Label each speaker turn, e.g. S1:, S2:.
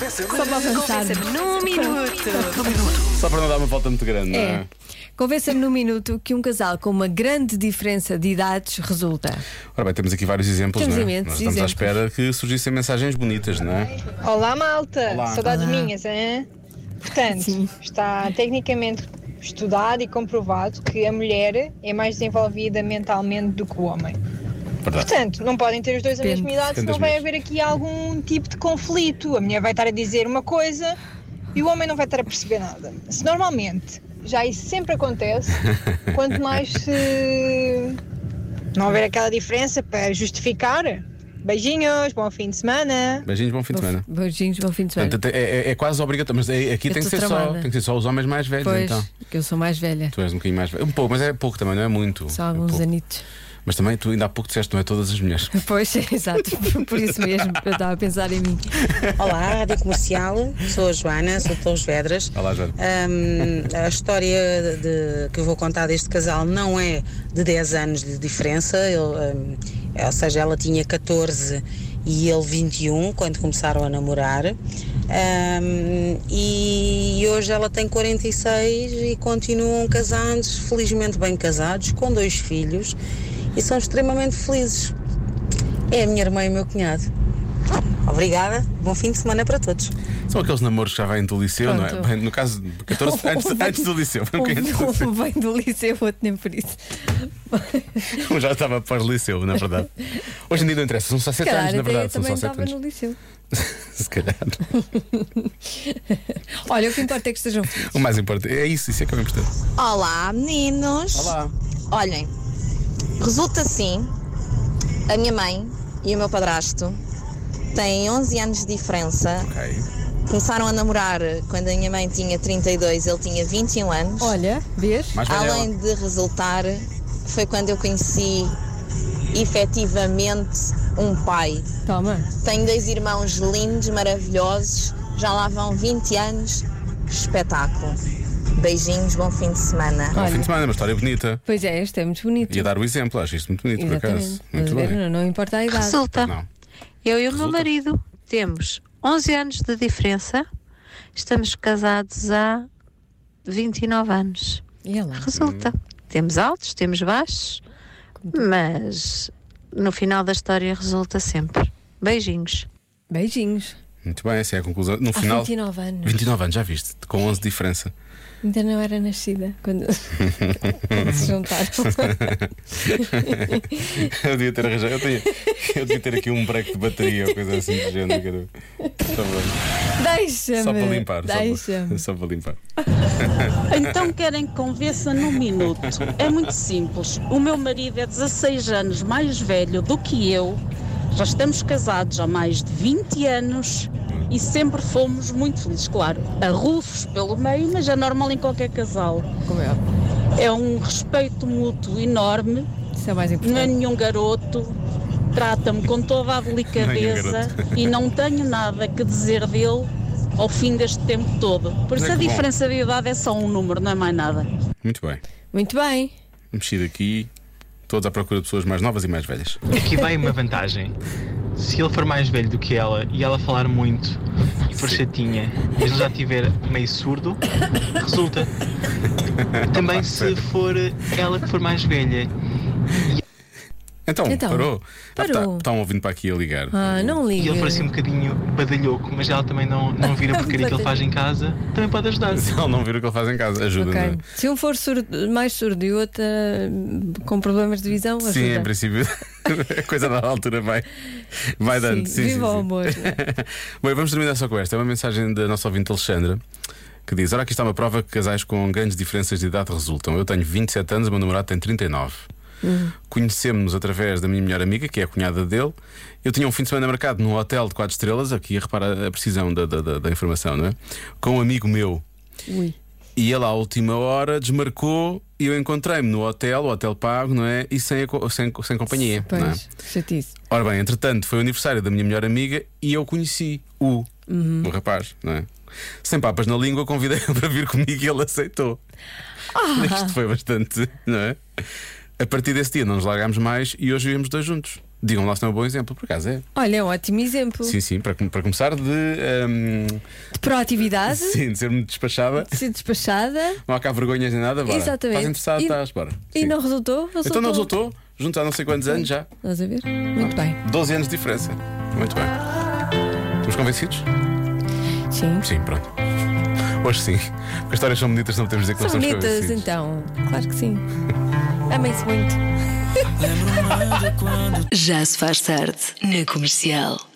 S1: Só para avançar.
S2: Convença-me num minuto.
S3: Só para não dar uma volta muito grande, não
S1: É.
S3: é?
S1: Convença-me num minuto que um casal com uma grande diferença de idades resulta.
S3: Ora bem, temos aqui vários exemplos,
S1: Temos
S3: não é?
S1: imensos
S3: Nós estamos
S1: exemplos.
S3: à espera que surgissem mensagens bonitas, não é?
S4: Olá, malta!
S3: Olá.
S4: Saudades
S1: Olá.
S4: minhas, hein? Portanto,
S1: Sim.
S4: está tecnicamente estudado e comprovado que a mulher é mais desenvolvida mentalmente do que o homem.
S3: Verdade.
S4: Portanto, não podem ter os dois a
S1: Depende.
S4: mesma idade,
S3: Depende
S4: senão
S3: das
S4: vai
S3: mulheres.
S4: haver aqui algum tipo de conflito. A mulher vai estar a dizer uma coisa e o homem não vai estar a perceber nada. Se normalmente já isso sempre acontece, quanto mais se não houver aquela diferença para justificar. Beijinhos, bom fim de semana!
S3: Beijinhos, bom fim de semana.
S1: Beijinhos, bom fim de semana.
S3: Portanto, é, é- é quase obrigatório, mas é- aqui tem
S1: Eu
S3: que,
S1: estou
S3: ser só,
S1: tramada.
S3: tem que ser só os homens mais velhos,
S1: Pois,
S3: então.
S1: que eu sou mais velha.
S3: Tu és um bocadinho mais velho. Um pouco, mas é pouco também, não é muito.
S1: Só
S3: É
S1: alguns
S3: pouco.
S1: anitos.
S3: Mas também tu ainda há pouco disseste, não é todas as mulheres.
S1: Pois, é, exato. Por isso mesmo, eu estava a pensar em mim.
S5: Olá, Rádio Comercial, sou a Joana, sou de Torres Vedras.
S3: Olá, Joana.
S5: Ahm, a história de- que eu vou contar deste casal não é de 10 anos de diferença, ele, ahm, é, ou seja, ela tinha 14 e ele 21 quando começaram a namorar. Ahm, e hoje ela tem 46 e continuam casados, felizmente bem casados, com dois filhos e são extremamente felizes. É a minha irmã e o meu cunhado. Obrigada, bom fim de semana para todos.
S3: São aqueles namoros que já vêm do liceu, não
S1: Pronto.
S3: é? Bem, No caso, 14 antes, antes do liceu. Um bocadinho antes do
S1: Um,
S3: liceu.
S1: um vem do liceu, outro nem por isso.
S3: Eu já estava pós-liceu, na verdade. Hoje em dia não interessa, são só 7 anos, na
S1: até eu
S3: verdade. São
S1: também
S3: só 7
S1: estava
S3: anos.
S1: no liceu.
S3: Se calhar.
S1: Olha, o que importa é que estejam felizes.
S3: O mais importante é isso, isso é que é o importante.
S6: Olá, meninos.
S3: Olá.
S6: Olhem, resulta assim: a minha mãe e o meu padrasto têm 11 anos de diferença.
S3: Ok.
S6: Começaram a namorar quando a minha mãe tinha 32, ele tinha 21 anos.
S1: Olha, vês?
S3: Mais velha ela.
S6: Além de resultar, foi quando eu conheci efetivamente um pai.
S1: Toma.
S6: Tenho dois irmãos lindos, maravilhosos, já lá vão 20 anos. Espetáculo. Beijinhos, bom fim de semana.
S3: Bom é um fim
S1: Olha.
S3: de semana, uma história bonita.
S1: Pois é, este é muito bonito.
S3: Ia dar o exemplo, acho isto muito bonito, por acaso.
S1: Exatamente.
S3: Muito
S1: Estás a ver?
S3: bem.
S1: Não, não importa a idade.
S7: Resulta,
S3: Não.
S7: eu e o meu
S3: Resulta.
S7: marido temos 11 anos de diferença, estamos casados há 29 anos.
S1: E é lá.
S7: Resulta, temos altos, temos baixos, mas no final da história resulta sempre. Beijinhos.
S1: Beijinhos.
S3: Muito bem, essa é a conclusão. No
S1: Há
S3: final.
S1: 29 anos.
S3: 29 anos, já viste? Com 11 de diferença.
S1: Ainda não era nascida quando, quando se juntaram.
S3: Eu devia ter arranjado. Eu, tinha- eu devia ter aqui um break de bateria ou coisa assim do género. cara. Tá bom.
S1: Deixa-me.
S3: Só para limpar. só para-
S1: Deixa-me.
S3: Só para limpar.
S8: Então querem que convença num minuto. É muito simples. O meu marido é 16 anos mais velho do que eu. Já estamos casados há mais de 20 anos e sempre fomos muito felizes. Claro, a rufos pelo meio, mas é normal em qualquer casal.
S1: Como é?
S8: É um respeito mútuo enorme
S1: Isso é o mais
S8: não é
S1: importante.
S8: nenhum garoto, trata-me com toda a
S3: é
S8: delicadeza e não tenho nada que dizer dele ao fim deste tempo todo. Por isso
S3: Não é
S8: a
S3: que bom.
S8: diferença de idade é só um número, não é mais nada.
S3: Muito bem.
S1: Muito bem.
S3: Mexi daqui. Todos à procura de pessoas mais novas e mais velhas.
S9: Aqui vai uma vantagem. Se ele for mais velho do que ela e ela falar muito e for chatinha, e ele já estiver meio surdo, resulta. Também se for ela que for mais velha
S3: Então,
S1: Então,
S3: parou.
S1: parou.
S3: Ah, tá- Estão ouvindo para aqui a ligar.
S1: Ah, não
S9: e
S1: liga.
S9: ele for assim um bocadinho badalhoco, mas ela também não, não vira a porcaria que ele faz em casa, também pode ajudar.
S3: Se ele não vir o que ele faz em casa, ajuda.
S1: Ok.
S3: não é?
S1: Se um for surdo- mais surdo e o outro hum, com problemas de visão, ajuda.
S3: Sim, em princípio. A coisa da altura vai, vai
S1: Sim,
S3: dando. Sim, sim,
S1: viva o
S3: sim.
S1: amor, não
S3: Bem, vamos terminar só com esta. É uma mensagem da nossa ouvinte Alexandra que diz: Ora, aqui está uma prova que casais com grandes diferenças de idade resultam. Eu tenho 27 anos, o meu namorado tem 39.
S1: Hum.
S3: Conhecemos-nos através da minha melhor amiga, que é a cunhada dele. Eu tinha um fim de semana marcado num hotel de 4 estrelas, aqui repara a precisão da, da- da- da informação, não é? Com um amigo meu.
S1: Ui.
S3: E ele, à última hora, desmarcou e eu encontrei-me no hotel, o hotel pago, não é? E sem, a co- sem, sem companhia.
S1: Pois,
S3: não é?
S1: chatice.
S3: Ora bem, entretanto, foi o aniversário da minha melhor amiga e eu conheci o,
S1: Uhum.
S3: o rapaz, não é? Sem papas na língua, convidei-o para vir comigo e ele aceitou.
S1: Ah.
S3: Isto foi bastante, não é? A partir desse dia não nos largámos mais e hoje vivemos dois juntos. Digam lá se não é um bom exemplo, por acaso é.
S1: Olha, é um ótimo exemplo
S3: Sim, sim, para, com- para começar de, hum,
S1: de proatividade,
S3: sim, de ser muito despachada.
S1: de ser despachada
S3: Não há cá vergonhas nem nada, bora.
S1: Exatamente.
S3: Estás interessado,
S1: E-
S3: estás, bora.
S1: e
S3: Sim.
S1: não resultou.
S3: Então não resultou, junto há não sei quantos anos já.
S1: Estás a ver? Muito bem.
S3: 12 anos de diferença. Muito bem. Estamos convencidos?
S1: Sim.
S3: Sim, pronto. Hoje sim. Porque as histórias são bonitas, não podemos dizer que
S1: São
S3: nós estamos
S1: bonitas
S3: convencidos.
S1: então. Claro que sim. Amem-se muito.
S2: Já se faz tarde na comercial.